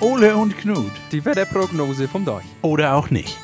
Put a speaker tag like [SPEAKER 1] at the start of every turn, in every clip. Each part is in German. [SPEAKER 1] Ole und Knut.
[SPEAKER 2] Die Wetterprognose vom Deich.
[SPEAKER 1] Oder auch nicht.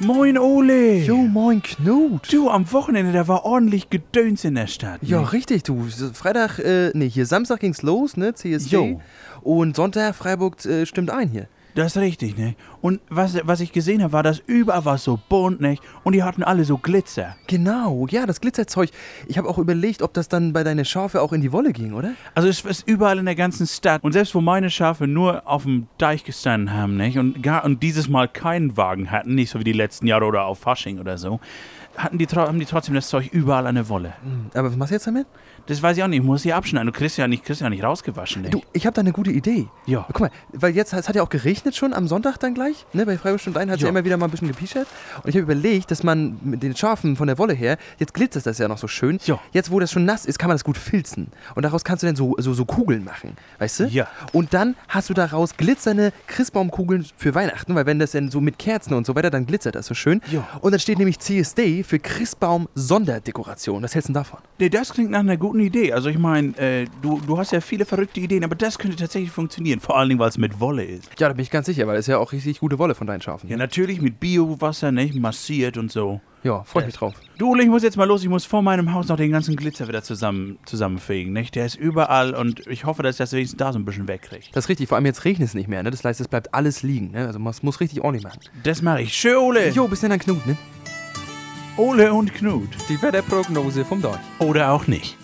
[SPEAKER 1] Moin Ole!
[SPEAKER 3] Jo, moin Knut.
[SPEAKER 1] Du, am Wochenende, da war ordentlich Gedöns in der Stadt.
[SPEAKER 3] Ja,
[SPEAKER 1] ne?
[SPEAKER 3] richtig, du. Freitag, äh, nee, hier Samstag ging's los, ne, CSD.
[SPEAKER 1] Jo.
[SPEAKER 3] Und Sonntag, Freiburg äh, stimmt ein hier.
[SPEAKER 1] Das ist richtig, ne? Und was, was ich gesehen habe, war, dass überall war es so bunt, nicht? Und die hatten alle so Glitzer.
[SPEAKER 3] Genau, ja, das Glitzerzeug. Ich habe auch überlegt, ob das dann bei deiner Schafe auch in die Wolle ging, oder?
[SPEAKER 1] Also es ist überall in der ganzen Stadt. Und selbst wo meine Schafe nur auf dem Deich gestanden haben, nicht? Und, gar, und dieses Mal keinen Wagen hatten, nicht so wie die letzten Jahre oder auf Fasching oder so, hatten die, tro- haben die trotzdem das Zeug überall an der Wolle.
[SPEAKER 3] Hm, Aber was machst du jetzt damit?
[SPEAKER 1] Das weiß ich auch nicht. Ich muss sie abschneiden. Du kriegst ja nicht, kriegst ja nicht rausgewaschen, nicht?
[SPEAKER 3] Du, ich habe da eine gute Idee.
[SPEAKER 1] Ja.
[SPEAKER 3] Guck mal, weil jetzt es hat ja auch geregnet schon am Sonntag dann gleich. Ne, bei Freiburg stimmt ein hat es
[SPEAKER 1] Ja.
[SPEAKER 3] ja immer wieder mal ein bisschen gepischert. Und ich habe überlegt, dass man mit den Schafen von der Wolle her, jetzt glitzert das ja noch so schön.
[SPEAKER 1] Ja.
[SPEAKER 3] Jetzt, wo das schon nass ist, kann man das gut filzen. Und daraus kannst du dann so, so, so Kugeln machen, weißt du?
[SPEAKER 1] Ja.
[SPEAKER 3] Und dann hast du daraus glitzernde Christbaumkugeln für Weihnachten, weil wenn das dann so mit Kerzen und so weiter, dann glitzert das so schön.
[SPEAKER 1] Ja.
[SPEAKER 3] Und dann steht nämlich CSD für Christbaum-Sonderdekoration. Was hältst du denn davon?
[SPEAKER 1] Nee, das klingt nach einer guten Idee. Also ich meine, äh, du, du hast ja viele verrückte Ideen, aber das könnte tatsächlich funktionieren. Vor allen Dingen, weil es mit Wolle ist.
[SPEAKER 3] Ja, da bin ich ganz sicher, weil das ist ja auch richtig gute Wolle von deinen Schafen.
[SPEAKER 1] Ja, natürlich mit Biowasser, nicht? Massiert und so.
[SPEAKER 3] ja freue ich mich drauf.
[SPEAKER 1] Du, Ole, ich muss jetzt mal los. Ich muss vor meinem Haus noch den ganzen Glitzer wieder zusammen, zusammenfegen, nicht? Der ist überall und ich hoffe, dass ich das wenigstens da so ein bisschen wegkriegt.
[SPEAKER 3] Das ist richtig, vor allem jetzt regnet es nicht mehr, ne? Das heißt, es bleibt alles liegen, ne? Also man muss richtig ordentlich machen.
[SPEAKER 1] Das mache ich. Schön, Ole.
[SPEAKER 3] Jo, bis dann, dann Knut, ne?
[SPEAKER 1] Ole und Knut.
[SPEAKER 2] Die Wetterprognose vom Deich.
[SPEAKER 1] Oder auch nicht.